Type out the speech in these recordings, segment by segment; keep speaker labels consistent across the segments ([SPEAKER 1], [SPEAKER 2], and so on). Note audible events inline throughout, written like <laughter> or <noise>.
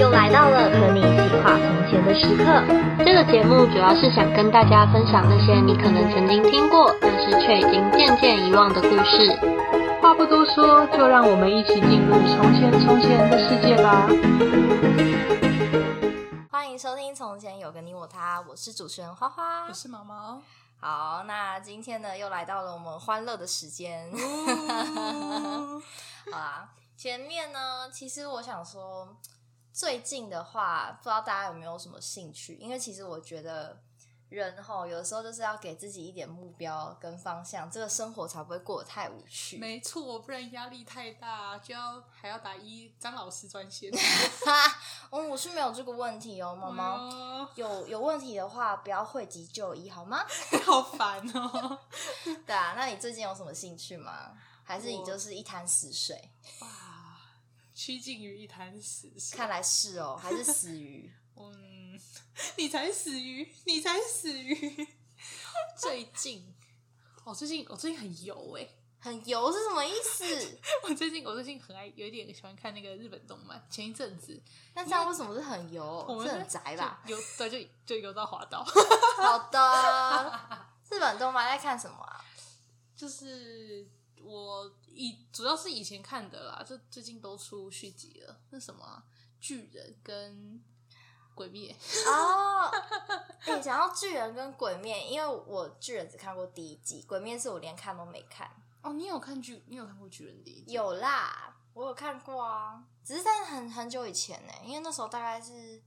[SPEAKER 1] 又来到了和你一起画从前的时刻。这个节目主要是想跟大家分享那些你可能曾经听过，但是却已经渐渐遗忘的故事。
[SPEAKER 2] 话不多说，就让我们一起进入从前从前的世界 <laughs> 吧。
[SPEAKER 3] 欢迎收听《从前有个你我他》，我是主持人花花
[SPEAKER 2] 我。是毛毛，
[SPEAKER 3] 好，那今天呢，又来到了我们欢乐的时间。
[SPEAKER 2] 嗯
[SPEAKER 3] <laughs> 好啦，前面呢，其实我想说，最近的话，不知道大家有没有什么兴趣？因为其实我觉得人吼，有的时候就是要给自己一点目标跟方向，这个生活才不会过得太无趣。 <laughs>
[SPEAKER 2] 没错，不然压力太大，就要还要打一张老师专线。
[SPEAKER 3] 哈，嗯，我是没有这个问题哦，毛毛。
[SPEAKER 2] 妈，
[SPEAKER 3] 有有问题的话，不要讳疾就医好吗？
[SPEAKER 2] 好烦哦！
[SPEAKER 3] 对啊，那你最近有什么兴趣吗？还是你
[SPEAKER 2] 我
[SPEAKER 3] 就是一滩死水？
[SPEAKER 2] 哇， <laughs> 趋近于一潭死水。
[SPEAKER 3] 看来是哦，还是死鱼。
[SPEAKER 2] 嗯， <laughs> 你才死鱼，你才死鱼。 <laughs> 最近，我、最近我最近很油哎、
[SPEAKER 3] 很油是什么意思？
[SPEAKER 2] 我最近我最近很爱，有一点喜欢看那个日本动漫。前一阵子
[SPEAKER 3] 那这样为什么是很
[SPEAKER 2] 我
[SPEAKER 3] 油？
[SPEAKER 2] 们
[SPEAKER 3] 是很宅吧？
[SPEAKER 2] <laughs> 就游对就就游到滑倒， <laughs>
[SPEAKER 3] 好的。日本动漫在看什么啊？
[SPEAKER 2] 就是我以主要是以前看的啦，这最近都出续集了。那什么啊、巨人跟鬼灭，
[SPEAKER 3] 哦，哎、讲到巨人跟鬼面，因为我巨人只看过第一季，鬼面是我连看都没看。
[SPEAKER 2] 哦，你有看巨你有看过巨人第一集？
[SPEAKER 3] 有啦，我有看过啊，只是在很很久以前呢、因为那时候大概是，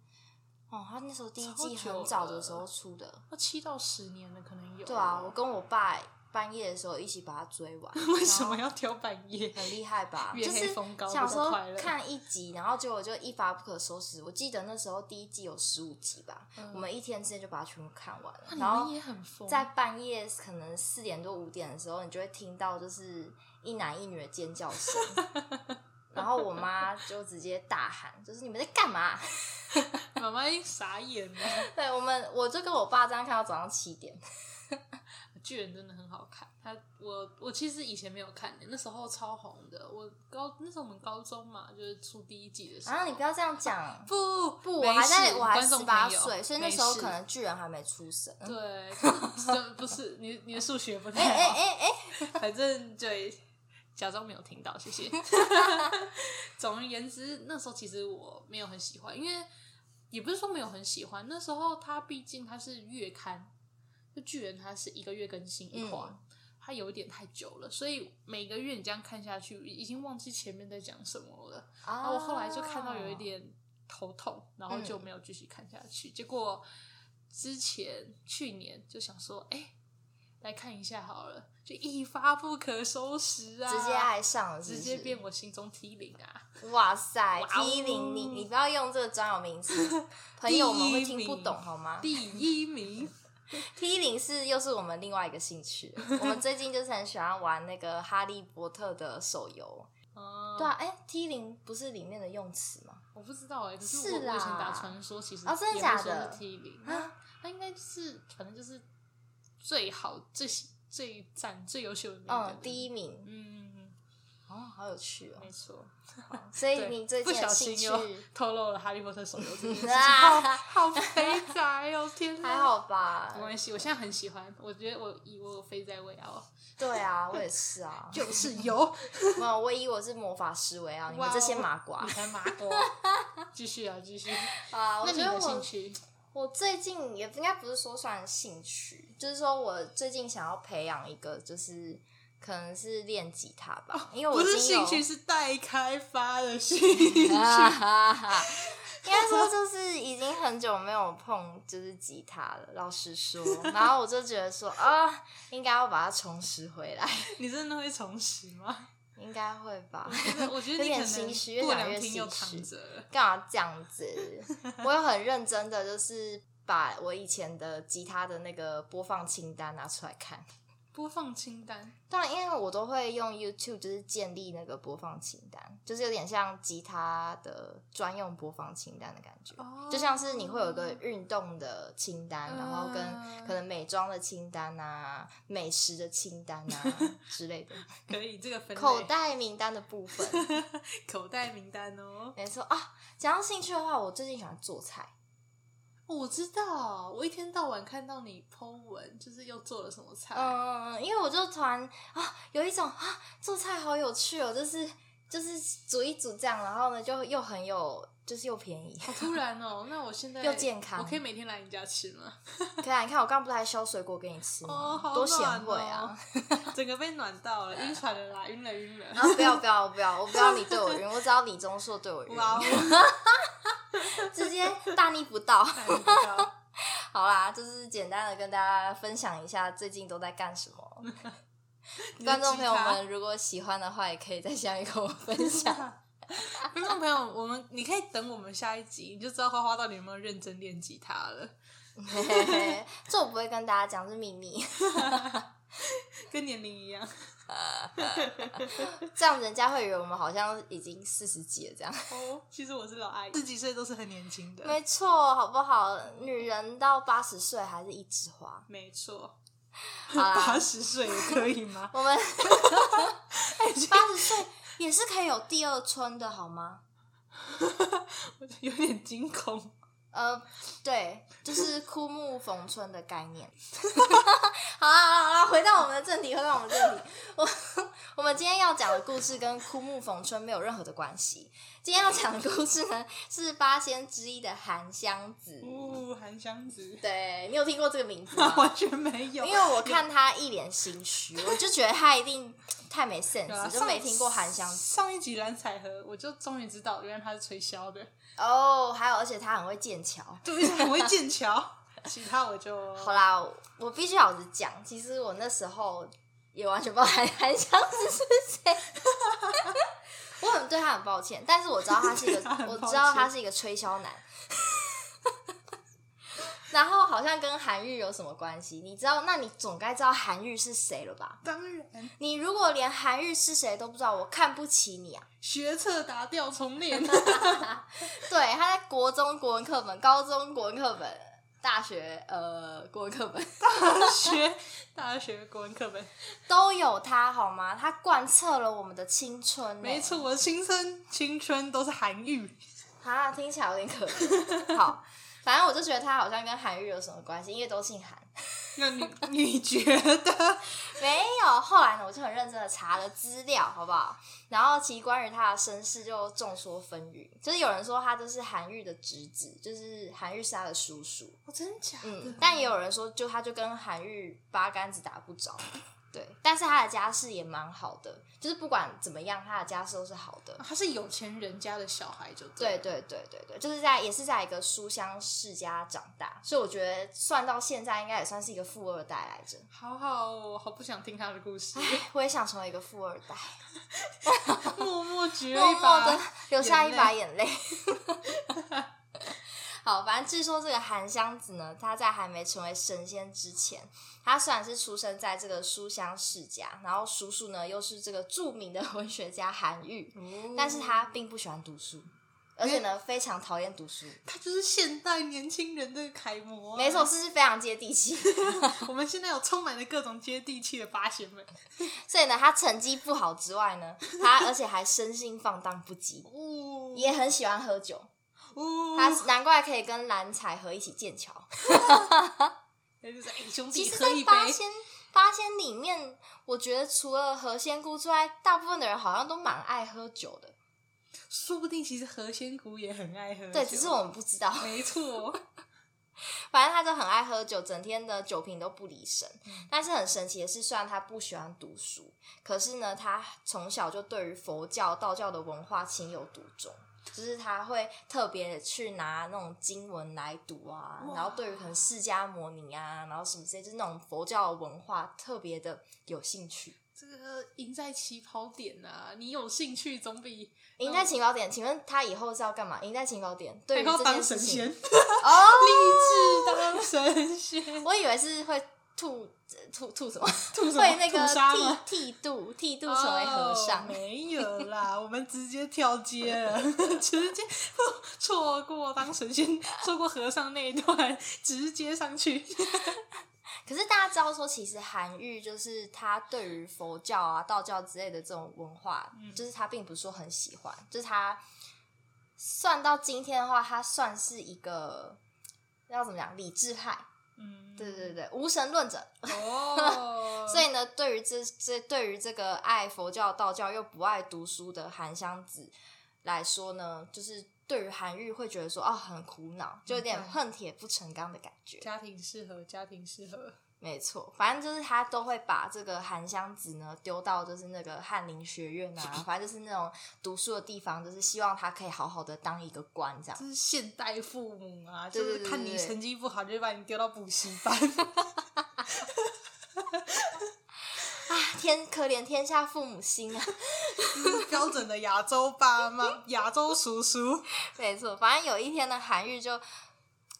[SPEAKER 3] 哦，他那时候第一季
[SPEAKER 2] 超久
[SPEAKER 3] 很早的
[SPEAKER 2] 了
[SPEAKER 3] 时候出的，
[SPEAKER 2] 要七到十年了，可能有。
[SPEAKER 3] 对啊，我跟我爸半夜的时候一起把它追完，
[SPEAKER 2] <laughs> 为什
[SPEAKER 3] 啊
[SPEAKER 2] 么要挑半夜？
[SPEAKER 3] 很厉害吧？
[SPEAKER 2] 月
[SPEAKER 3] 就
[SPEAKER 2] 黑
[SPEAKER 3] 是
[SPEAKER 2] 风高
[SPEAKER 3] 想
[SPEAKER 2] 比较
[SPEAKER 3] 说
[SPEAKER 2] 快乐
[SPEAKER 3] 看一集，然后结果就一发不可收拾。我记得那时候第一季有十五集吧，
[SPEAKER 2] 嗯
[SPEAKER 3] 我们一天之内就把它全部看完了
[SPEAKER 2] 那，你
[SPEAKER 3] 然后
[SPEAKER 2] 们也很疯，
[SPEAKER 3] 在半夜可能四点多五点的时候，你就会听到就是一男一女的尖叫
[SPEAKER 2] <laughs>
[SPEAKER 3] 声，然后我妈就直接大喊，就是你们在干嘛？ <laughs>
[SPEAKER 2] 妈妈一傻眼啊了。
[SPEAKER 3] 对我们，我就跟我爸这样看到早上七点，
[SPEAKER 2] 巨人真的很好看，他我我其实以前没有看的，那时候超红的。我高那时候我们高中嘛，就是出第一季的时候。
[SPEAKER 3] 然啊后你不要这样讲。
[SPEAKER 2] 不
[SPEAKER 3] 不，
[SPEAKER 2] 没
[SPEAKER 3] 我还在
[SPEAKER 2] 事
[SPEAKER 3] 我还
[SPEAKER 2] 观众
[SPEAKER 3] 十八
[SPEAKER 2] 朋友
[SPEAKER 3] 岁，所以那
[SPEAKER 2] 没
[SPEAKER 3] 时候
[SPEAKER 2] 事
[SPEAKER 3] 可能巨人还没出生。
[SPEAKER 2] 对，就是 <laughs> 不是你你的数学不
[SPEAKER 3] 哎
[SPEAKER 2] 太
[SPEAKER 3] 哎
[SPEAKER 2] 好，
[SPEAKER 3] 哎哎，
[SPEAKER 2] 反正对，假装没有听到，谢谢。 <laughs> 总而言之，那时候其实我没有很喜欢，因为也不是说没有很喜欢，那时候它毕竟它是月刊，就巨人它是一个月更新一话。它有一点太久了，所以每个月你这样看下去，已经忘记前面在讲什么了。然
[SPEAKER 3] 啊
[SPEAKER 2] 后我后来就看到
[SPEAKER 3] 哦
[SPEAKER 2] 有一点头痛，然后
[SPEAKER 3] 嗯
[SPEAKER 2] 就没有继续看下去。结果之前去年就想说，哎、来看一下好了，就一发不可收拾啊，
[SPEAKER 3] 直接爱上了是不是，
[SPEAKER 2] 直接变我心中 T 零啊，
[SPEAKER 3] 哇塞
[SPEAKER 2] 哇哦
[SPEAKER 3] ，T 零你你不要用这个专有名
[SPEAKER 2] <laughs>
[SPEAKER 3] 词，朋友们会
[SPEAKER 2] 第一
[SPEAKER 3] 听不
[SPEAKER 2] 名
[SPEAKER 3] 懂好吗
[SPEAKER 2] 第一名。
[SPEAKER 3] ？T 零是又是我们另外一个兴趣了，我们最近就是很喜欢玩那个哈利波特的手游。<laughs>
[SPEAKER 2] 嗯
[SPEAKER 3] 对啊，哎，T 零不是里面的用词吗？
[SPEAKER 2] 我不知道哎、可
[SPEAKER 3] 是
[SPEAKER 2] 是我我以前
[SPEAKER 3] 啦
[SPEAKER 2] 打传说，其实
[SPEAKER 3] 哦真的
[SPEAKER 2] 也
[SPEAKER 3] 假
[SPEAKER 2] 不说
[SPEAKER 3] 的
[SPEAKER 2] 是 T 零，
[SPEAKER 3] 啊
[SPEAKER 2] 它应该就是反正就是最好、最喜最赞、最优秀的那个
[SPEAKER 3] 嗯
[SPEAKER 2] 人，
[SPEAKER 3] 第一名。
[SPEAKER 2] 嗯，
[SPEAKER 3] 哦，好有趣哦。
[SPEAKER 2] 没错。
[SPEAKER 3] 所以
[SPEAKER 2] 对
[SPEAKER 3] 你最
[SPEAKER 2] 不
[SPEAKER 3] 近的
[SPEAKER 2] 小
[SPEAKER 3] 兴
[SPEAKER 2] 心
[SPEAKER 3] 趣
[SPEAKER 2] 又 <laughs> 透露了《哈利波特》手游这
[SPEAKER 3] <laughs>
[SPEAKER 2] 件事情，
[SPEAKER 3] 啊
[SPEAKER 2] 好好肥
[SPEAKER 3] <laughs>
[SPEAKER 2] 宅哦，天哪！
[SPEAKER 3] 还好，吧
[SPEAKER 2] 没？关系， <laughs> 我现在很喜欢，我觉得我以我有肥宅为傲，
[SPEAKER 3] 对啊，我也是啊。
[SPEAKER 2] 哦就是有
[SPEAKER 3] 没有，我以我是魔法师为傲，你们
[SPEAKER 2] 哇哦
[SPEAKER 3] 这些麻瓜
[SPEAKER 2] 你才麻瓜，
[SPEAKER 3] <laughs>
[SPEAKER 2] 继续啊，继续。
[SPEAKER 3] 啊！我
[SPEAKER 2] 那
[SPEAKER 3] 觉
[SPEAKER 2] 你
[SPEAKER 3] 得
[SPEAKER 2] 的
[SPEAKER 3] 我
[SPEAKER 2] 兴趣
[SPEAKER 3] 我最近也应该不是说算兴趣，就是说我最近想要培养一个，就是可能是练吉他吧，因为我
[SPEAKER 2] 不
[SPEAKER 3] 已经
[SPEAKER 2] 是兴
[SPEAKER 3] 有 <laughs>
[SPEAKER 2] 趣，是待开发的兴
[SPEAKER 3] 哈 <laughs>
[SPEAKER 2] 趣。
[SPEAKER 3] 哈哈，应该说就是已经很久没有碰就是吉他了，老实说，然后我就觉得说啊、应该要把它重拾回来，
[SPEAKER 2] 你真的会重拾吗？
[SPEAKER 3] 应该会吧。
[SPEAKER 2] 真的我觉得你
[SPEAKER 3] 有点
[SPEAKER 2] 可
[SPEAKER 3] 心虚
[SPEAKER 2] 能
[SPEAKER 3] 越
[SPEAKER 2] 过
[SPEAKER 3] 想越
[SPEAKER 2] 两天又
[SPEAKER 3] 心虚
[SPEAKER 2] 躺着了。
[SPEAKER 3] 干嘛这样
[SPEAKER 2] <laughs>
[SPEAKER 3] 子？我有很认真的，就是把我以前的吉他的那个播放清单拿出来看。
[SPEAKER 2] 播放清单，
[SPEAKER 3] 当然，因为我都会用 YouTube，就是建立那个播放清单，就是有点像吉他的专用播放清单的感觉。
[SPEAKER 2] 哦
[SPEAKER 3] 就像是你会有一个运动的清单，
[SPEAKER 2] 嗯
[SPEAKER 3] 然后跟可能美妆的清单啊、美食的清单啊
[SPEAKER 2] <laughs>
[SPEAKER 3] 之类的，
[SPEAKER 2] 可以这个分类
[SPEAKER 3] 口袋名单的部分。
[SPEAKER 2] 口袋名单哦。
[SPEAKER 3] 没错啊，讲到兴趣的话，我最近喜欢做菜。
[SPEAKER 2] 哦我知道，我一天到晚看到你 Po 文，就是又做了什么菜，
[SPEAKER 3] 嗯，因为我就突然啊，有一种啊，做菜好有趣哦，就是就是煮一煮这样，然后呢，就又很有，就是又便宜。 <laughs>
[SPEAKER 2] 好突然哦。那我现在
[SPEAKER 3] 又健康
[SPEAKER 2] 我可以每天来你家吃吗？
[SPEAKER 3] 可以啊，你看我刚不是还削水果给你吃吗？
[SPEAKER 2] 哦，好
[SPEAKER 3] 嗯多贤
[SPEAKER 2] 暖
[SPEAKER 3] 惠
[SPEAKER 2] 哦
[SPEAKER 3] 啊！！ <laughs>
[SPEAKER 2] 整个被暖到了，晕船了啦，晕了晕了。
[SPEAKER 3] 啊，不要不要不要， <laughs> 我不要你对我晕，我只要李钟硕对我晕， <laughs>
[SPEAKER 2] 哇哦， <laughs>
[SPEAKER 3] 直接大逆不道。 <laughs>
[SPEAKER 2] 太晕了
[SPEAKER 3] 好啦，就是简单的跟大家分享一下最近都在干什么。观众朋友，们，如果喜欢的话，也可以在下面跟我分
[SPEAKER 2] <laughs>
[SPEAKER 3] 享。
[SPEAKER 2] 观众朋友，我们你可以等我们下一集，你就知道花花到底有没有认真练吉他了。
[SPEAKER 3] 嘿嘿嘿这我不会跟大家讲，是秘密。
[SPEAKER 2] 跟年龄一样，
[SPEAKER 3] 这样人家会以为我们好像已经四十几了这样。
[SPEAKER 2] 哦，其实我是老阿姨，十几岁都是很年轻的，
[SPEAKER 3] 没错，好不好？女人到八十岁还是一枝花。
[SPEAKER 2] <laughs> 没错，
[SPEAKER 3] 好啦
[SPEAKER 2] 八，十岁也可
[SPEAKER 3] <laughs>
[SPEAKER 2] 以吗？
[SPEAKER 3] 我们八十岁也是可以有第二春的，好吗？
[SPEAKER 2] <laughs> 有点惊恐，
[SPEAKER 3] 呃，对，就是枯木逢春的概念。 <laughs> 好啦好啦好啦，回到我们的正题，回到我们的正题。 <laughs> 我我们今天要讲的故事跟枯木逢春没有任何的关系。今天要讲的故事呢，是八仙之一的韩湘子。
[SPEAKER 2] 哦，韩湘子， <laughs>
[SPEAKER 3] 对你有听过这个名字吗？
[SPEAKER 2] 完全没有，
[SPEAKER 3] 因为我
[SPEAKER 2] 嗯
[SPEAKER 3] 看他一脸心虚，我就觉得他一定太
[SPEAKER 2] <laughs>
[SPEAKER 3] 没
[SPEAKER 2] 有啦
[SPEAKER 3] sense，就
[SPEAKER 2] 啊上
[SPEAKER 3] 没听过韩湘子
[SPEAKER 2] 上一集蓝采和，我就终于知道，原来他是吹箫
[SPEAKER 3] <laughs>
[SPEAKER 2] 的，
[SPEAKER 3] 哦。还有，而且他很会剑桥。
[SPEAKER 2] 对，很会剑桥，其他我就
[SPEAKER 3] 好啦，我我必须老实讲，其实我那时候也完全不知道韩 <laughs> 韩湘子是谁， <laughs> 我很对他很抱歉，但是我知道他是一个
[SPEAKER 2] <laughs> 对他，很
[SPEAKER 3] 我
[SPEAKER 2] 抱歉
[SPEAKER 3] 知道他是一个吹箫男。 <laughs> 然后好像跟韩愈有什么关系？你知道？那你总该知道韩愈是谁了吧？
[SPEAKER 2] 当然
[SPEAKER 3] 你如果连韩愈是谁都不知道，我看不起你啊！
[SPEAKER 2] 学测答调重
[SPEAKER 3] <laughs>
[SPEAKER 2] 练，
[SPEAKER 3] 对，他在国中国文课本、高中国文课本、大学呃国文课本
[SPEAKER 2] 大学大学国文课本，
[SPEAKER 3] <laughs> 都有他，好吗？他贯彻了我们的青春、欸
[SPEAKER 2] 没错，。我的青春青春都是韩愈，
[SPEAKER 3] 啊，听起来有点可怜。好，反正我就觉得他好像跟韩愈有什么关系，因为都姓韩。
[SPEAKER 2] 那你你觉
[SPEAKER 3] <laughs>
[SPEAKER 2] 得？
[SPEAKER 3] 没有，后来呢，我就很认真的查了资料，好不好？然后其实关于他的身世就众说纷纭，就是有人说他就是韩愈的侄子，就是韩愈是他的叔叔。
[SPEAKER 2] 我真假的？
[SPEAKER 3] 嗯，但也有人说，就他就跟韩愈八竿子打不着，对。但是他的家世也蛮好的，就是不管怎么样，他的家世都是好的
[SPEAKER 2] 啊。他是有钱人家的小孩就
[SPEAKER 3] 对
[SPEAKER 2] 了
[SPEAKER 3] 对对对对，就是在也是在一个书香世家长大，所以我觉得算到现在应该也算是一个富二代来着。 <laughs>
[SPEAKER 2] 好好哦，我好不想听他的故事，
[SPEAKER 3] 唉我也想成为一个富二代，
[SPEAKER 2] 默默举了
[SPEAKER 3] 默
[SPEAKER 2] 一
[SPEAKER 3] 默
[SPEAKER 2] 把
[SPEAKER 3] 的 <laughs> 流下一把
[SPEAKER 2] 眼
[SPEAKER 3] 眼泪。好，反正据说这个韩湘子呢，他在还没成为神仙之前，他虽然是出生在这个书香世家，然后叔叔呢又是这个著名的文学家韩愈，
[SPEAKER 2] 哦
[SPEAKER 3] 但是他并不喜欢读书，而且呢非常讨厌读书。
[SPEAKER 2] 他就是现代年轻人的楷模、啊
[SPEAKER 3] 没错，，是非常接地气。 <laughs>
[SPEAKER 2] 我们现在有充满了各种接地气的八仙们。
[SPEAKER 3] 所以呢，他成绩不好之外呢，他而且还身心放荡不羁，
[SPEAKER 2] 哦，
[SPEAKER 3] 也很喜欢喝酒。
[SPEAKER 2] 哦，
[SPEAKER 3] 他难怪可以跟蓝采和一起剑桥。
[SPEAKER 2] 他就是哎、兄
[SPEAKER 3] 其
[SPEAKER 2] 弟
[SPEAKER 3] 实，
[SPEAKER 2] 喝
[SPEAKER 3] 在
[SPEAKER 2] 一杯，
[SPEAKER 3] 八仙八仙里面，我觉得除了何仙姑之外，大部分的人好像都蛮爱喝酒的。
[SPEAKER 2] 说不定其实何仙姑也很爱喝酒。
[SPEAKER 3] 对，只是我们不知道。 <laughs>
[SPEAKER 2] 没错，
[SPEAKER 3] 反正他就很爱喝酒，整天的酒瓶都不离身。
[SPEAKER 2] 嗯
[SPEAKER 3] 但是很神奇的是，虽然他不喜欢读书，可是呢，他从小就对于佛教、道教的文化情有独钟。就是他会特别去拿那种经文来读啊，
[SPEAKER 2] 哇
[SPEAKER 3] 然后对于可能释迦摩尼啊，然后什么之类，就是那种佛教的文化特别的有兴趣。
[SPEAKER 2] 这个赢在起跑点啊！你有兴趣总比
[SPEAKER 3] 赢在起跑点，请问他以后是要干嘛？赢在起跑点，对于
[SPEAKER 2] 能够
[SPEAKER 3] 这
[SPEAKER 2] 当
[SPEAKER 3] 件
[SPEAKER 2] 神 <laughs>
[SPEAKER 3] 事
[SPEAKER 2] 仙，
[SPEAKER 3] 情
[SPEAKER 2] 立
[SPEAKER 3] 哦，
[SPEAKER 2] 志当神仙。
[SPEAKER 3] 我以为是会吐吐吐什么？
[SPEAKER 2] 吐
[SPEAKER 3] <laughs>
[SPEAKER 2] 什么
[SPEAKER 3] 会那个
[SPEAKER 2] 吐沙吗
[SPEAKER 3] 剃剃度，剃度成为和尚
[SPEAKER 2] 哦。没有
[SPEAKER 3] <laughs>
[SPEAKER 2] 啦，我们直接跳街了， <laughs> 直接错过当神仙，错过和尚那一段，直接上去。
[SPEAKER 3] 可是大家知道说，其实韩愈就是他对于佛教啊、道教之类的这种文化，
[SPEAKER 2] 嗯
[SPEAKER 3] 就是他并不是说很喜欢，就是他算到今天的话，他算是一个要怎么讲理智派，
[SPEAKER 2] 嗯，
[SPEAKER 3] <laughs> 对对对，无神论者。 <laughs>
[SPEAKER 2] 哦，
[SPEAKER 3] 所以呢，对于这这对于这个爱佛教、道教又不爱读书的韩湘子来说呢，就是对于韩愈会觉得说，哦，很苦恼，就有点
[SPEAKER 2] 嗯
[SPEAKER 3] 恨铁不成钢的感觉。
[SPEAKER 2] 家庭适合，家庭适合。
[SPEAKER 3] 没错，反正就是他都会把这个韩湘子呢丢到就是那个翰林学院啊，反正就是那种读书的地方，就是希望他可以好好的当一个官这样
[SPEAKER 2] 这。是现代父母啊，
[SPEAKER 3] 对
[SPEAKER 2] 就
[SPEAKER 3] 对
[SPEAKER 2] 是看你
[SPEAKER 3] 对对
[SPEAKER 2] 成绩不好，就会把你丢到补习
[SPEAKER 3] <laughs>
[SPEAKER 2] 班。 <laughs>
[SPEAKER 3] 天可怜天下父母心啊！
[SPEAKER 2] 标准的亚洲爸妈、亚洲叔叔。
[SPEAKER 3] 没错，反正有一天呢，韩愈就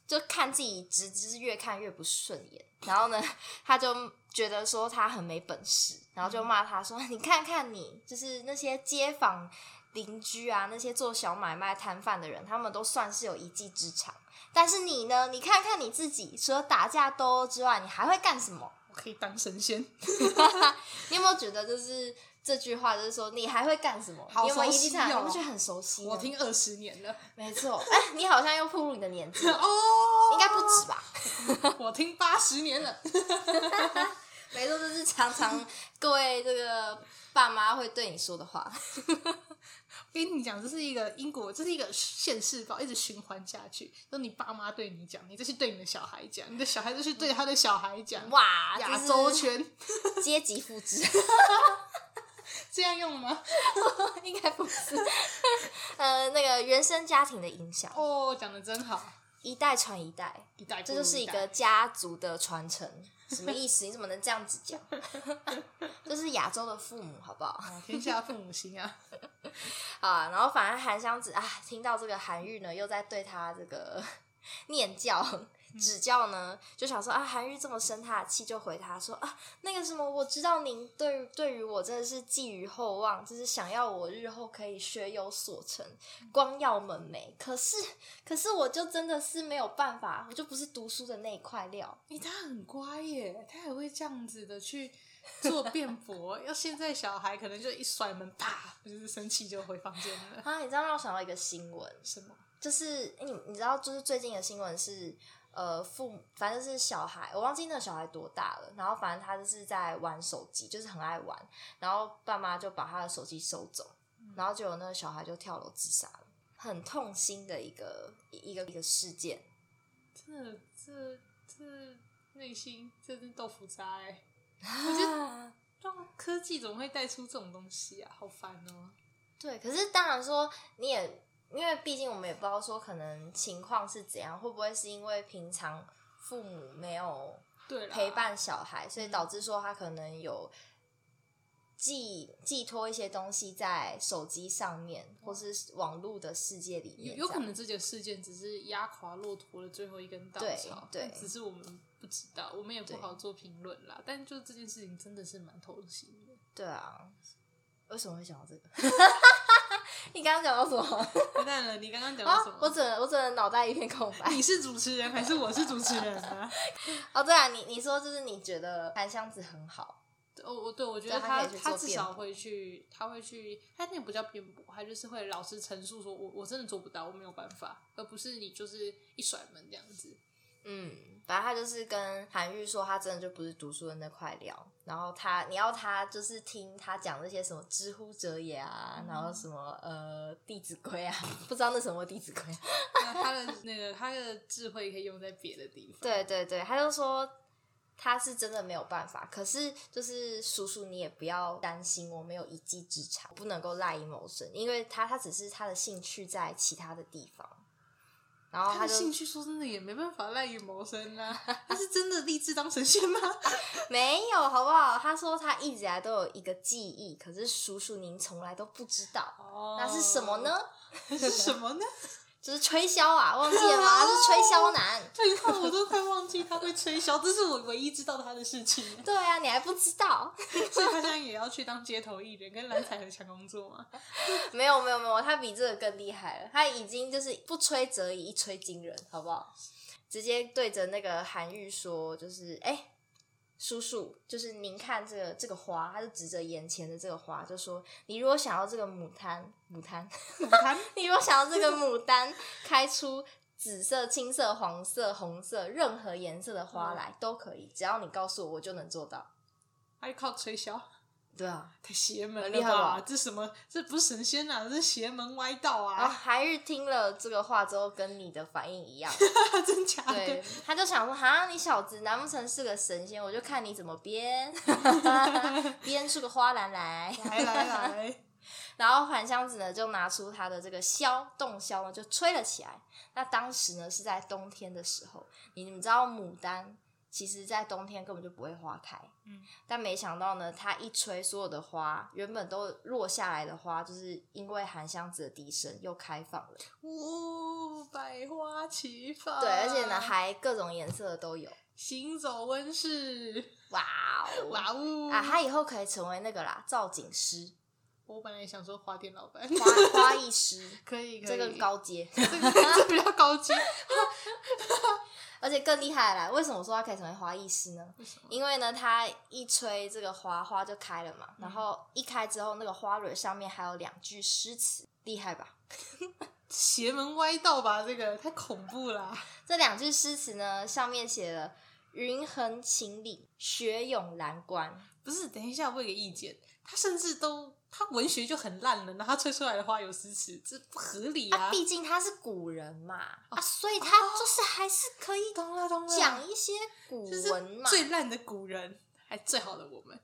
[SPEAKER 3] 就看自己侄子就是越看越不顺眼，然后呢，他就觉得说他很没本事，然后就
[SPEAKER 2] 嗯
[SPEAKER 3] 骂他说：“ <laughs> 你看看你，就是那些街坊邻居啊，那些做小买卖摊贩的人，他们都算是有一技之长。”但是你呢？你看看你自己，除了打架斗殴之外，你还会干什么？
[SPEAKER 2] 我可以当神仙，
[SPEAKER 3] 你有没有觉得，就是这句话，就是说你还会干什么？
[SPEAKER 2] 好
[SPEAKER 3] 你有没有一技
[SPEAKER 2] 熟悉
[SPEAKER 3] 之长？你
[SPEAKER 2] 哦
[SPEAKER 3] 不觉得很熟悉呢？
[SPEAKER 2] 我听二十年了。
[SPEAKER 3] 没错，哎、你好像又暴露你的年纪了，
[SPEAKER 2] 哦，
[SPEAKER 3] 应该不止吧？
[SPEAKER 2] 止。我听八十年了。
[SPEAKER 3] 没错，这是常 <laughs> 常各位这个爸妈会对你说的话。
[SPEAKER 2] 跟你讲，这是一个因果，这是一个现世报，一直循环下去。就你爸妈对你讲，你这是对你的小孩讲，你的小孩就是对他的小孩讲。
[SPEAKER 3] 哇，
[SPEAKER 2] 亚
[SPEAKER 3] 这是
[SPEAKER 2] 洲圈
[SPEAKER 3] 阶级复制，
[SPEAKER 2] 这样用吗？
[SPEAKER 3] <laughs> 应该不是。 <laughs> 呃，那个原生家庭的影响，
[SPEAKER 2] 哦，讲的真好，
[SPEAKER 3] 一代传一代，
[SPEAKER 2] 一代不
[SPEAKER 3] 这
[SPEAKER 2] 如
[SPEAKER 3] 就是一
[SPEAKER 2] 代
[SPEAKER 3] 个家族的传承。什么意思？你怎么能这样子讲？ <laughs> 这是亚洲的父母，好不好？
[SPEAKER 2] 哦天下父母心啊。
[SPEAKER 3] 啊，然后反而韩湘子啊，听到这个韩愈呢，又在对他这个 <laughs> 念教。指教呢，就想说啊，韩愈这么生他的气，就回他说啊，那个什么，我知道您对于对于我真的是寄予厚望，就是想要我日后可以学有所成，光耀门楣。可是，可是我就真的是没有办法，我就不是读书的那一块料。
[SPEAKER 2] 诶，他很乖耶，他还会这样子的去做辩驳。要现在小孩可能就一甩门，啪，就是生气就回房间了。
[SPEAKER 3] 啊，你知道让我想到一个新闻，
[SPEAKER 2] 什么？
[SPEAKER 3] 就是诶你你知道，就是最近的新闻是，呃，父母反正是小孩，我忘记那个小孩多大了，然后反正他就是在玩手机，就是很爱玩，然后爸妈就把他的手机收走，然后就有那个小孩就跳楼自杀了，很痛心的一个一一个一个事件。
[SPEAKER 2] 这这这内心这是豆腐渣哎！让啊科技怎么会带出这种东西啊？好烦哦！
[SPEAKER 3] 对，可是当然说你也，因为毕竟我们也不知道说可能情况是怎样，会不会是因为平常父母没有
[SPEAKER 2] 对啦
[SPEAKER 3] 陪，伴小孩，所以导致说他可能有寄寄托一些东西在手机上面，或是网络的世界里
[SPEAKER 2] 有
[SPEAKER 3] 面，
[SPEAKER 2] 有可
[SPEAKER 3] 这样
[SPEAKER 2] 能这件事件只是压垮骆驼的最后一根稻
[SPEAKER 3] 对
[SPEAKER 2] 草，
[SPEAKER 3] 对
[SPEAKER 2] 但只是我们不知道，我们也不
[SPEAKER 3] 对
[SPEAKER 2] 好做评论啦。但就这件事情真的是蛮痛心的。 <laughs>
[SPEAKER 3] 对啊。为什么会讲到这个？ <laughs> 你刚刚讲到什么？
[SPEAKER 2] 完蛋了，你刚刚讲到什
[SPEAKER 3] 啊
[SPEAKER 2] 么？，
[SPEAKER 3] 我整我整个脑袋一片空白。
[SPEAKER 2] 你是主持人还是我是主持
[SPEAKER 3] <laughs>
[SPEAKER 2] 人啊？
[SPEAKER 3] 哦，对啊，你你说就是你觉得韩湘子很好，
[SPEAKER 2] 我我对我觉
[SPEAKER 3] 对
[SPEAKER 2] 得
[SPEAKER 3] 他
[SPEAKER 2] 他
[SPEAKER 3] 可以去做
[SPEAKER 2] 至
[SPEAKER 3] 辩
[SPEAKER 2] 少
[SPEAKER 3] 驳
[SPEAKER 2] 会去，他会去，他那不叫辩驳，他就是会老实陈述说我，我真的做不到，我没有办法，而不是你就是一甩门这样子。
[SPEAKER 3] 嗯，反正他就是跟韩愈说，他真的就不是读书的那块料。然后他，你要他就是听他讲那些什么“知乎者也”啊，然后什么呃《弟子规》啊， <laughs> 不知道那什么《弟子规》。啊
[SPEAKER 2] 那他的那个他的智慧可以用在别的地方。
[SPEAKER 3] 对，对对，他就说他是真的没有办法。可是就是叔叔，你也不要担心，我没有一技之长，不能够赖以谋生，因为他他只是他的兴趣在其他的地方。然后
[SPEAKER 2] 他
[SPEAKER 3] 他
[SPEAKER 2] 的
[SPEAKER 3] 就
[SPEAKER 2] 兴趣说真的也没办法赖以谋
[SPEAKER 3] <laughs>
[SPEAKER 2] 生啦、他是真的立志当神仙吗？
[SPEAKER 3] 没有，好不好？他说他一直以来都有一个记忆，可是叔叔您从来都不知道，
[SPEAKER 2] 哦
[SPEAKER 3] 那是什么？呢？
[SPEAKER 2] 是什么呢？ <laughs>
[SPEAKER 3] 就是吹箫啊，忘记了吗？他是吹箫男。
[SPEAKER 2] 你看哎我都快忘记他会吹箫，这是我唯一知道他的事情。 <laughs>
[SPEAKER 3] 对啊，你还不知道？ <laughs>
[SPEAKER 2] 所以他现在也要去当街头艺人，跟蓝采和抢工作
[SPEAKER 3] <laughs>
[SPEAKER 2] 嘛？
[SPEAKER 3] 没有没有没有，他比这个更厉害了，他已经就是不吹则已，一吹惊人，好不好？直接对着那个韩愈说，就是哎、叔叔，就是您看这个这个花，他就指着眼前的这个花，就说你如果想要这个牡丹，牡丹，
[SPEAKER 2] 母谈
[SPEAKER 3] <laughs> 你如果想要这个牡丹开出紫色、青色、黄色、红色任何颜色的花来都可以，只要你告诉我，我就能做到。
[SPEAKER 2] 还靠吹箫，
[SPEAKER 3] 对啊，
[SPEAKER 2] 太邪门
[SPEAKER 3] 很
[SPEAKER 2] 了
[SPEAKER 3] 厉害
[SPEAKER 2] 吧？
[SPEAKER 3] 吧
[SPEAKER 2] 这什么？这不是神仙啊，这是邪门歪道
[SPEAKER 3] 然后
[SPEAKER 2] 啊！
[SPEAKER 3] 韩愈听了这个话之后，跟你的反应一 <laughs> 样，
[SPEAKER 2] <laughs> 真假
[SPEAKER 3] 啊对
[SPEAKER 2] 的？，
[SPEAKER 3] 他就想说，哈，你小子难不成是个神仙？我就看你怎么 <laughs> 编，编出个花篮来。
[SPEAKER 2] 来来来， <laughs>
[SPEAKER 3] 然后韩湘子呢，就拿出他的这个箫，洞箫呢，就吹了起来。那当时呢，是在冬天的时候，你们知道牡丹其实在冬天根本就不会花开，
[SPEAKER 2] 嗯，
[SPEAKER 3] 但没想到呢，它一吹，所有的花原本都落下来的花，就是因为韩湘子的笛声又开放了，
[SPEAKER 2] 呜、百花齐放。
[SPEAKER 3] 对，而且呢，还各种颜色的都有，
[SPEAKER 2] 行走温室，
[SPEAKER 3] 哇哦，
[SPEAKER 2] 哇呜
[SPEAKER 3] 啊，他以后可以成为那个啦，造景师、
[SPEAKER 2] 我本来想说花店老板，
[SPEAKER 3] 花花艺师，
[SPEAKER 2] 可以 <laughs> 可
[SPEAKER 3] 这
[SPEAKER 2] 以，
[SPEAKER 3] 个高阶，
[SPEAKER 2] 这
[SPEAKER 3] <laughs>
[SPEAKER 2] 个这比较高级。
[SPEAKER 3] 而且更厉害啦。为什么说他可以成为花艺师呢？
[SPEAKER 2] 为什么
[SPEAKER 3] 因为呢，他一吹这个花，花就开了
[SPEAKER 2] 嗯
[SPEAKER 3] 嘛。然后一开之后，那个花蕊上面还有两句诗词，厉害吧？
[SPEAKER 2] 邪门歪道吧？这个太恐怖啦、
[SPEAKER 3] 这两句诗词呢，上面写了“云横秦岭，雪涌蓝关
[SPEAKER 2] 不是，等一下，我有个意见，他甚至都他文学就很烂了，然后他吹出来的花有诗词，这不合”理
[SPEAKER 3] 啊，
[SPEAKER 2] 啊！
[SPEAKER 3] 毕竟他是古人嘛，
[SPEAKER 2] 哦
[SPEAKER 3] 啊，所以他就是还是可以
[SPEAKER 2] 懂了懂了，
[SPEAKER 3] 讲一些古
[SPEAKER 2] 就是
[SPEAKER 3] 文嘛。
[SPEAKER 2] 最烂的古人，还最好的我们，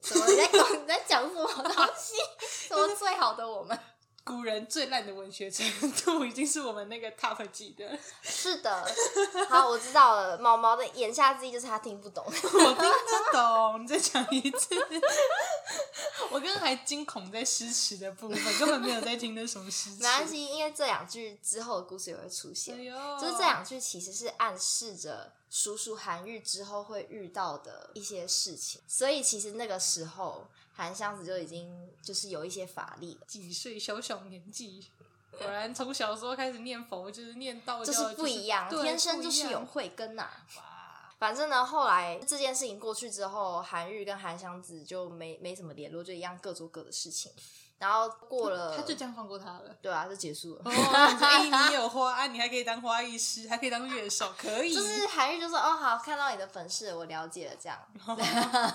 [SPEAKER 3] 怎么你在讲你在讲什么东西？
[SPEAKER 2] <laughs>
[SPEAKER 3] 什么最好的我们？
[SPEAKER 2] 古人最烂的文学程度已经是我们那个 top 级的，
[SPEAKER 3] 是的， <laughs> 好，我知道了。毛毛的言下之意就是他听
[SPEAKER 2] <laughs>
[SPEAKER 3] 不懂。
[SPEAKER 2] 我听得懂，你再讲一次。 <laughs> 我刚刚还惊恐在诗词的部分，根本没有在听那什么诗词。
[SPEAKER 3] 没关系，因为这两句之后的故事也会出
[SPEAKER 2] 哎
[SPEAKER 3] 现。
[SPEAKER 2] 呦，
[SPEAKER 3] 就是这两句其实是暗示着叔叔韩愈之后会遇到的一些事情，所以其实那个时候韩湘子就已经就是有一些法力了，
[SPEAKER 2] 几岁小小年纪，果然从小时候开始念佛，就是念道教，
[SPEAKER 3] 就
[SPEAKER 2] 哦就是
[SPEAKER 3] 不一样，
[SPEAKER 2] 对
[SPEAKER 3] 天生就是有
[SPEAKER 2] 不
[SPEAKER 3] 慧根呐、
[SPEAKER 2] 一样哇
[SPEAKER 3] 反正呢，后来这件事情过去之后，韩愈跟韩湘子就没没什么联络，就一样各做各的事情。然后过了，
[SPEAKER 2] 他就这样放过他了。
[SPEAKER 3] 对啊，就结束了。
[SPEAKER 2] <laughs> 哦，你说哎，你有花啊，你还可以当花艺师，还可以当乐手，可以，
[SPEAKER 3] 就是韩愈就说：“哦，好，看到你的粉饰，我了解了。”这样，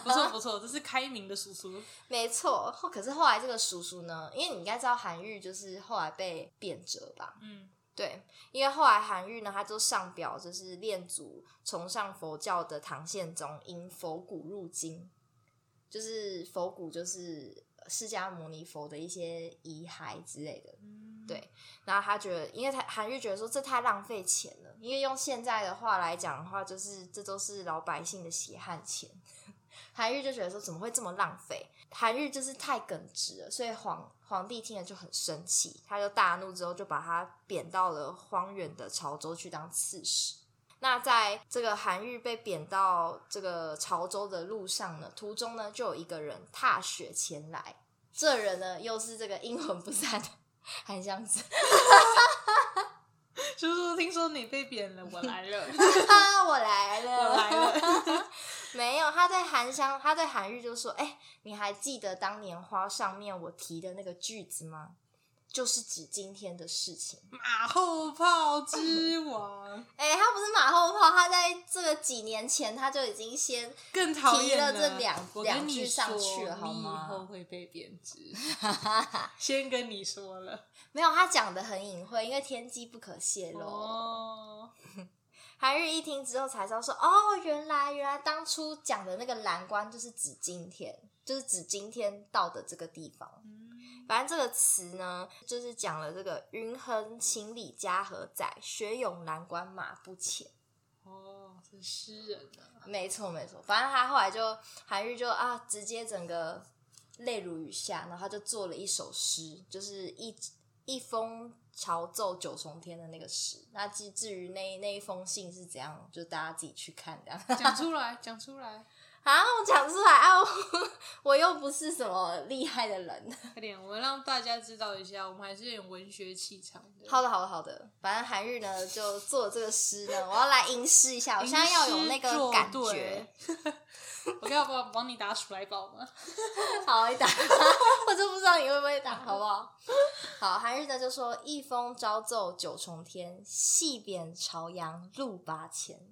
[SPEAKER 2] 不错不错，这是开明的叔叔。
[SPEAKER 3] 没错。后可是后来这个叔叔呢，因为你应该知道韩愈就是后来被贬谪吧？
[SPEAKER 2] 嗯，
[SPEAKER 3] 对，因为后来韩愈呢，他就上表就是练祖崇尚佛教的唐宪宗，因佛骨入京，就是佛骨就是释迦牟尼佛的一些遗骸之类的。
[SPEAKER 2] 嗯
[SPEAKER 3] 对然后他觉得，因为他韩愈觉得说这太浪费钱了，因为用现在的话来讲的话，就是这都是老百姓的血汗钱。 <laughs> 韩愈就觉得说怎么会这么浪费？韩愈就是太耿直了，所以皇皇帝听了就很生气，他就大怒之后就把他贬到了荒远的潮州去当刺史。那在这个韩愈被贬到这个潮州的路上呢，途中呢就有一个人踏雪前来，这人呢又是这个阴魂不散的韩湘子，
[SPEAKER 2] 叔叔，听说你被贬了，我来 <laughs> 了，
[SPEAKER 3] 哈， <laughs> 我来了，
[SPEAKER 2] 我来了。
[SPEAKER 3] <laughs> 没有，他对韩香，他对韩愈就说：“哎、你还记得当年花上面我提的那个句子吗？就是指今天的事情。
[SPEAKER 2] 马后炮之王，
[SPEAKER 3] 哎、他不是马后炮，他在这个几年前他就已经先
[SPEAKER 2] 更讨厌
[SPEAKER 3] 提了这两
[SPEAKER 2] 我跟
[SPEAKER 3] 两
[SPEAKER 2] 你
[SPEAKER 3] 句
[SPEAKER 2] 说，
[SPEAKER 3] 上去了好
[SPEAKER 2] 你
[SPEAKER 3] 吗
[SPEAKER 2] 以后会被
[SPEAKER 3] <laughs>
[SPEAKER 2] 贬值，先跟你说了。
[SPEAKER 3] 没有，他讲的很隐晦，因为天机不可泄露。
[SPEAKER 2] 哦，
[SPEAKER 3] 韩愈一听之后才知道说，哦，原来原来当初讲的那个蓝关就是指今天，就是指今天到的这个地方。
[SPEAKER 2] 嗯
[SPEAKER 3] 反正这个词呢，就是讲了这个“云横秦里家何在，雪涌蓝关马不前
[SPEAKER 2] 哦，这是诗人啊”。，
[SPEAKER 3] 没错，没错。反正他后来就韩愈就啊，直接整个泪如雨下，然后他就做了一首诗，就是一一封朝奏九重天的那个诗。那至至于那那一封信是怎样，就大家自己去看这样。 <laughs>
[SPEAKER 2] 啊讲出来，讲出来，
[SPEAKER 3] 啊，我讲出来啊，我 <laughs> 我又不是什么厉害的人。
[SPEAKER 2] 快点，我们让大家知道一下，我们还是有点文学气场的。
[SPEAKER 3] 好的，好的，好的。反正韩日呢就做这个诗呢，我要来吟诗一下，我现在要有那个感
[SPEAKER 2] 吟诗作
[SPEAKER 3] 觉
[SPEAKER 2] 对。。我要不要帮你打鼠来宝吗？
[SPEAKER 3] <laughs> 好，你打，我就不知道你会不会打，好不好？好，韩日呢就说：“一风朝奏九重天，细扁朝阳路八千。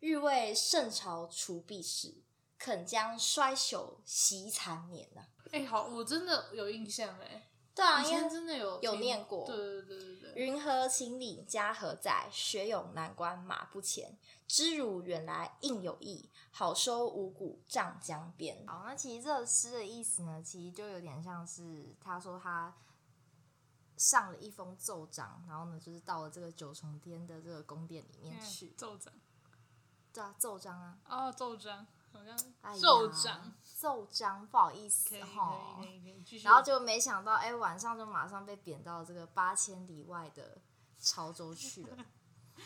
[SPEAKER 3] 日为圣朝除弊时，肯将衰朽惜残年、呐。
[SPEAKER 2] 哎、好，我真的有印象哎、
[SPEAKER 3] 对啊，
[SPEAKER 2] 以
[SPEAKER 3] 因
[SPEAKER 2] 前
[SPEAKER 3] 为
[SPEAKER 2] 真的有
[SPEAKER 3] 有
[SPEAKER 2] 听
[SPEAKER 3] 念过
[SPEAKER 2] 对对对对对。
[SPEAKER 3] 云何秦岭家何在？雪涌南关马不前。知汝远来应有意，好收五谷丈江边。好，那其实这个诗的意思呢，其实就有点像是他说他上了一封奏章，然后呢，就是到了这个九重天的这个宫殿里面去。
[SPEAKER 2] 奏章
[SPEAKER 3] 对啊，奏章啊，
[SPEAKER 2] 哦，奏章好像
[SPEAKER 3] 哎呀
[SPEAKER 2] 奏章，，
[SPEAKER 3] 奏章，不好意
[SPEAKER 2] 可
[SPEAKER 3] 思
[SPEAKER 2] 以可
[SPEAKER 3] 哈。
[SPEAKER 2] 以可以可以，继续。
[SPEAKER 3] 然后就没想到，哎、晚上就马上被贬到这个八千里外的潮州去了。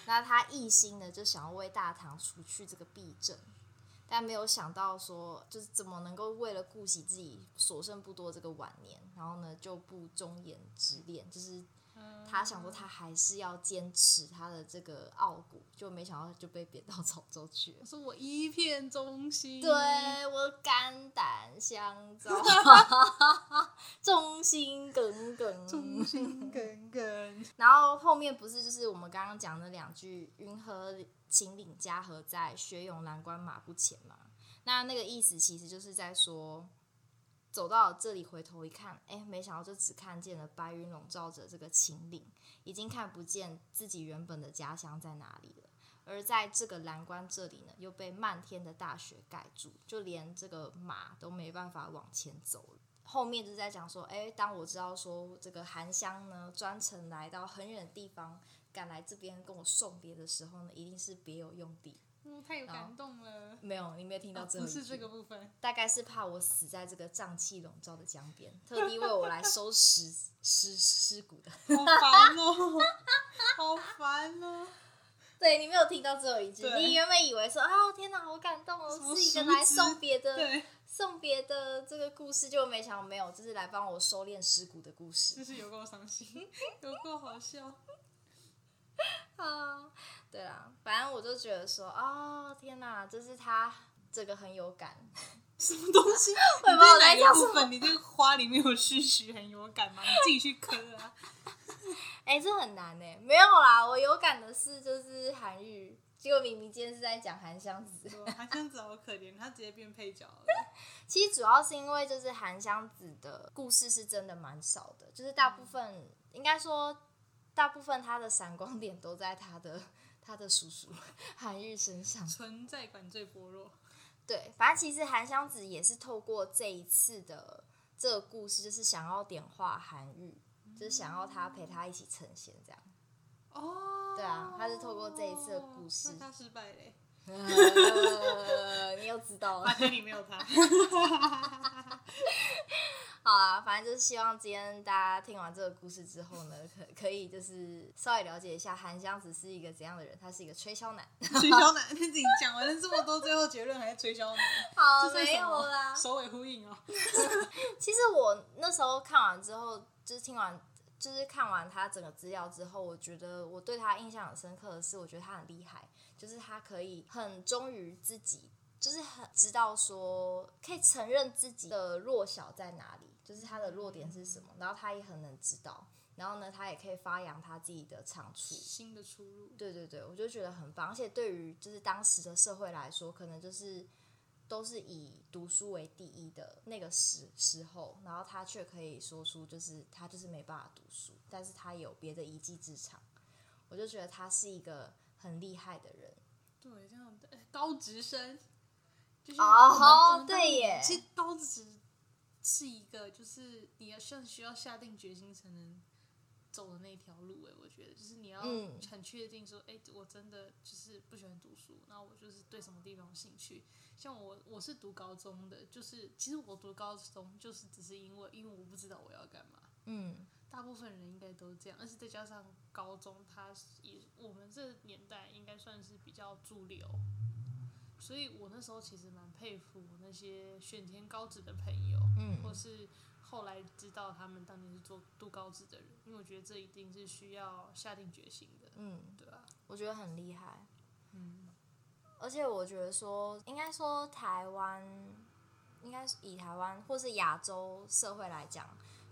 [SPEAKER 3] 那他一心呢，就想要为大唐除去这个弊政，但没有想到说，就是怎么能够为了顾惜自己所剩不多这个晚年，然后呢就不忠言直恋，就是
[SPEAKER 2] 嗯
[SPEAKER 3] 他想说他还是要坚持他的这个傲骨，就没想到就被贬到潮州去了
[SPEAKER 2] 我。说我一片忠心，
[SPEAKER 3] 对我肝胆相照， <laughs> 忠心耿耿，
[SPEAKER 2] 忠心耿耿。
[SPEAKER 3] 然后后面不是就是我们刚刚讲的两句“云和秦岭家何在，雪涌南关马不前”嘛？那那个意思其实就是在说，走到这里回头一看，哎，没想到就只看见了白云笼罩着这个秦岭，已经看不见自己原本的家乡在哪里了。而在这个蓝关这里呢，又被漫天的大雪盖住，就连这个马都没办法往前走了。后面就是在讲说，哎，当我知道说这个韩香呢专程来到很远的地方，赶来这边跟我送别的时候呢，一定是别有用地。
[SPEAKER 2] <laughs> 嗯，太有
[SPEAKER 3] 然后
[SPEAKER 2] 感动了。
[SPEAKER 3] 没有，你没有听到
[SPEAKER 2] 哦
[SPEAKER 3] 这、
[SPEAKER 2] 不是这个，部
[SPEAKER 3] <laughs>
[SPEAKER 2] 分，
[SPEAKER 3] 大概是怕我死在这个瘴气笼罩的江边，特地为我来收拾尸尸骨的。 <laughs>
[SPEAKER 2] 好烦哦，好烦哦。
[SPEAKER 3] 对你没有听到最后一句，
[SPEAKER 2] 对
[SPEAKER 3] 你原本以为说啊，天哪，好感动
[SPEAKER 2] 什么
[SPEAKER 3] 哦，是一个
[SPEAKER 2] 熟
[SPEAKER 3] 来
[SPEAKER 2] 知
[SPEAKER 3] 送别的
[SPEAKER 2] 对，
[SPEAKER 3] 送别的这个故事，就没想到没有，这是来帮我收敛尸骨的故事。
[SPEAKER 2] 就是有够
[SPEAKER 3] <laughs>
[SPEAKER 2] 伤心，有够好笑。
[SPEAKER 3] 啊，对啦，反正我就觉得说，哦，天哪，就是他这个很有感，
[SPEAKER 2] 什么东
[SPEAKER 3] <laughs>
[SPEAKER 2] 西？
[SPEAKER 3] 我也
[SPEAKER 2] 你
[SPEAKER 3] 不知道我
[SPEAKER 2] 对
[SPEAKER 3] 在
[SPEAKER 2] 哪
[SPEAKER 3] 讲
[SPEAKER 2] 个
[SPEAKER 3] 什
[SPEAKER 2] 部
[SPEAKER 3] 么。
[SPEAKER 2] 分？你这个花里面有须臾很有感吗？你自己去磕
[SPEAKER 3] <laughs>
[SPEAKER 2] 啊。
[SPEAKER 3] 哎、这很难哎、没有啦，我有感的是就是韩愈，结果明明今天是在讲韩湘子。 <laughs>
[SPEAKER 2] 他这样子好可怜，他直接变配角了。
[SPEAKER 3] 其实主要是因为就是韩湘子的故事是真的蛮少的，就是大部分应该说大部分他的闪光点都在他的他的叔叔韩愈身上。
[SPEAKER 2] 存在感最薄弱。
[SPEAKER 3] 对，反正其实韩湘子也是透过这一次的这个故事，就是想要点化韩愈，就是想要他陪他一起成仙这样。 <laughs>
[SPEAKER 2] 哦，
[SPEAKER 3] 对啊他是透过这一次的故事
[SPEAKER 2] 那他失败欸嘞，
[SPEAKER 3] 呃你又知道了
[SPEAKER 2] 发，现啊你没有他。 <laughs>
[SPEAKER 3] 好啊，反正就是希望今天大家听完这个故事之后呢，可可以就是稍微了解一下韩湘子是一个怎样的人，他是一个吹箫男。
[SPEAKER 2] 吹箫男，自己讲完了这么多，最后结论还是吹箫男，
[SPEAKER 3] 好，
[SPEAKER 2] 这是
[SPEAKER 3] 哦没
[SPEAKER 2] 什
[SPEAKER 3] 有
[SPEAKER 2] 么
[SPEAKER 3] 啦。
[SPEAKER 2] 首尾呼应哦。
[SPEAKER 3] 其实我那时候看完之后，就是听完，就是看完他整个资料之后，我觉得我对他印象很深刻的是，我觉得他很厉害，就是他可以很忠于自己，就是很知道说可以承认自己的弱小在哪里，就是他的弱点是什么，然后他也很能知道，然后呢，他也可以发扬他自己的长处。
[SPEAKER 2] 新的出路，
[SPEAKER 3] 对对对，我就觉得很棒，而且对于就是当时的社会来说，可能就是都是以读书为第一的那个时时候，然后他却可以说出就是他就是没办法读书，但是他有别的一技之长，我就觉得他是一个很厉害的人。
[SPEAKER 2] 对，这样的哎高职生，就是
[SPEAKER 3] 哦
[SPEAKER 2] 我们我们当
[SPEAKER 3] 对耶
[SPEAKER 2] 其实高职是一个，就是你要像需要下定决心才能走的那条路，哎，我觉得就是你要
[SPEAKER 3] 嗯
[SPEAKER 2] 很确定说，哎、我真的就是不喜欢读书，那我就是对什么地方有兴趣。像我，我是读高中的，就是其实我读高中就是只是因为因为我不知道我要干嘛，
[SPEAKER 3] 嗯，
[SPEAKER 2] 大部分人应该都这样，而且再加上高中，它是以我们这年代应该算是比较主流，所以我那时候其实蛮佩服那些选填高职的朋友，
[SPEAKER 3] 嗯
[SPEAKER 2] 或是后来知道他们当年是做读高职的人，因为我觉得这一定是需要下定决心的，
[SPEAKER 3] 嗯，
[SPEAKER 2] 对啊吧、
[SPEAKER 3] 我觉得很厉害。
[SPEAKER 2] 嗯， <laughs>
[SPEAKER 3] 而且我觉得说，应该说台湾，应该是以台湾或是亚洲社会来讲，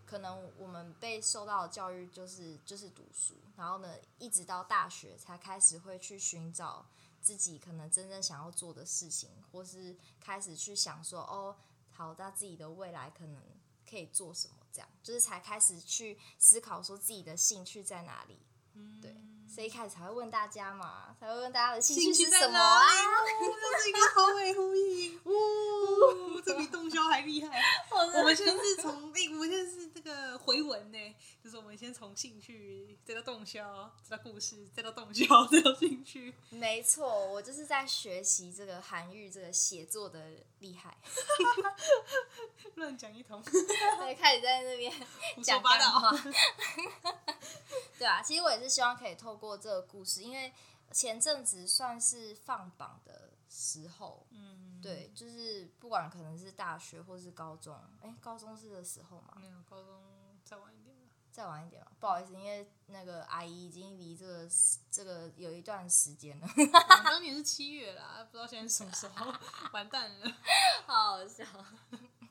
[SPEAKER 3] 可能我们被受到的教育就是就是读书，然后呢，一直到大学才开始会去寻找自己可能真正想要做的事情，或是开始去想说，哦，好，那自己的未来可能可以做什么，这样就是才开始去思考说自己的兴趣在哪里。
[SPEAKER 2] 嗯
[SPEAKER 3] 对，所以一开始才会问大家嘛，才会问大家的兴
[SPEAKER 2] 兴趣
[SPEAKER 3] 是
[SPEAKER 2] 在
[SPEAKER 3] 什么
[SPEAKER 2] 哪
[SPEAKER 3] 啊
[SPEAKER 2] 里？？哦又是一个首尾呼应，哦，这比洞箫还厉害。 <laughs> 我们现在是从，哎诶我们现在是这个回文呢，就是我们先从兴趣，再到洞箫，再到故事，再到洞箫，再到兴趣。
[SPEAKER 3] <laughs> 没错，我就是在学习这个韩愈这个写作的厉
[SPEAKER 2] <laughs>
[SPEAKER 3] 害，
[SPEAKER 2] 乱讲一 <laughs> 通，
[SPEAKER 3] 对，开始在那边
[SPEAKER 2] 胡说
[SPEAKER 3] 讲
[SPEAKER 2] 八
[SPEAKER 3] 干话
[SPEAKER 2] 道。，
[SPEAKER 3] <laughs> 对啊，其实我也是希望可以透过这个故事，因为前阵子算是放榜的时候，
[SPEAKER 2] 嗯，
[SPEAKER 3] 对，就是不管可能是大学或是高中，哎，高中是的时候嘛，
[SPEAKER 2] 没有高中再晚一点吧。
[SPEAKER 3] 再晚一点吧，不好意思，因为那个阿姨已经离这个这个有一段时间了，
[SPEAKER 2] 我当年是七月啦，不知道现在是什么时候，完蛋了。
[SPEAKER 3] 好好笑。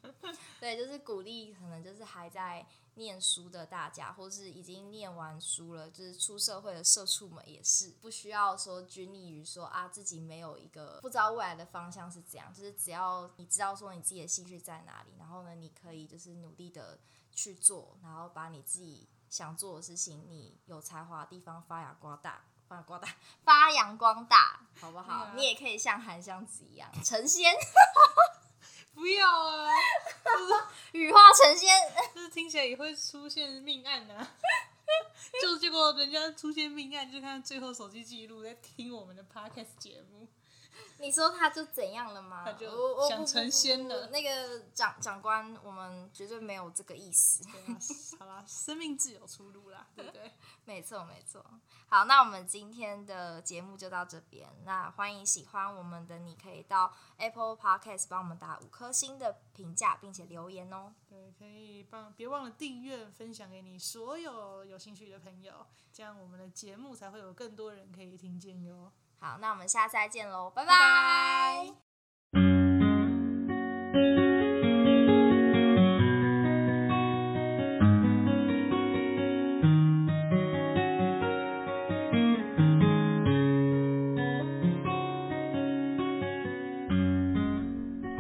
[SPEAKER 3] <laughs> 对，就是鼓励，可能就是还在念书的大家，或是已经念完书了，就是出社会的社畜们也是，不需要说拘泥于说啊自己没有一个不知道未来的方向是怎样，就是只要你知道说你自己的兴趣在哪里，然后呢，你可以就是努力的去做，然后把你自己想做的事情，你有才华的地方发扬光大。发扬光大， <laughs> 发扬光大，好不好？
[SPEAKER 2] 对啊
[SPEAKER 3] 你也可以像韩湘子一样成仙。
[SPEAKER 2] <laughs> 不要啊，
[SPEAKER 3] 羽化成仙，
[SPEAKER 2] 就是听起来也会出现命案啊。 <laughs> 就结果人家出现命案，就看最后手机记录在听我们的 podcast 节目，
[SPEAKER 3] 你说他就怎样了吗？
[SPEAKER 2] 他就
[SPEAKER 3] 我我
[SPEAKER 2] 想成仙了
[SPEAKER 3] 不不不不那个长长官，我们绝对没有这个意思。
[SPEAKER 2] 对啊，好啦，生命自有出路啦， <laughs> 对不对？
[SPEAKER 3] 没错，没错。好，那我们今天的节目就到这边。那欢迎喜欢我们的你，可以到 Apple Podcast 帮我们打五颗星的评价，并且留言哦。
[SPEAKER 2] 对，可以帮别忘了订阅、分享给你所有有兴趣的朋友，这样我们的节目才会有更多人可以听见哟。
[SPEAKER 3] 好，那我们下次再见喽，拜
[SPEAKER 2] 拜拜
[SPEAKER 3] 拜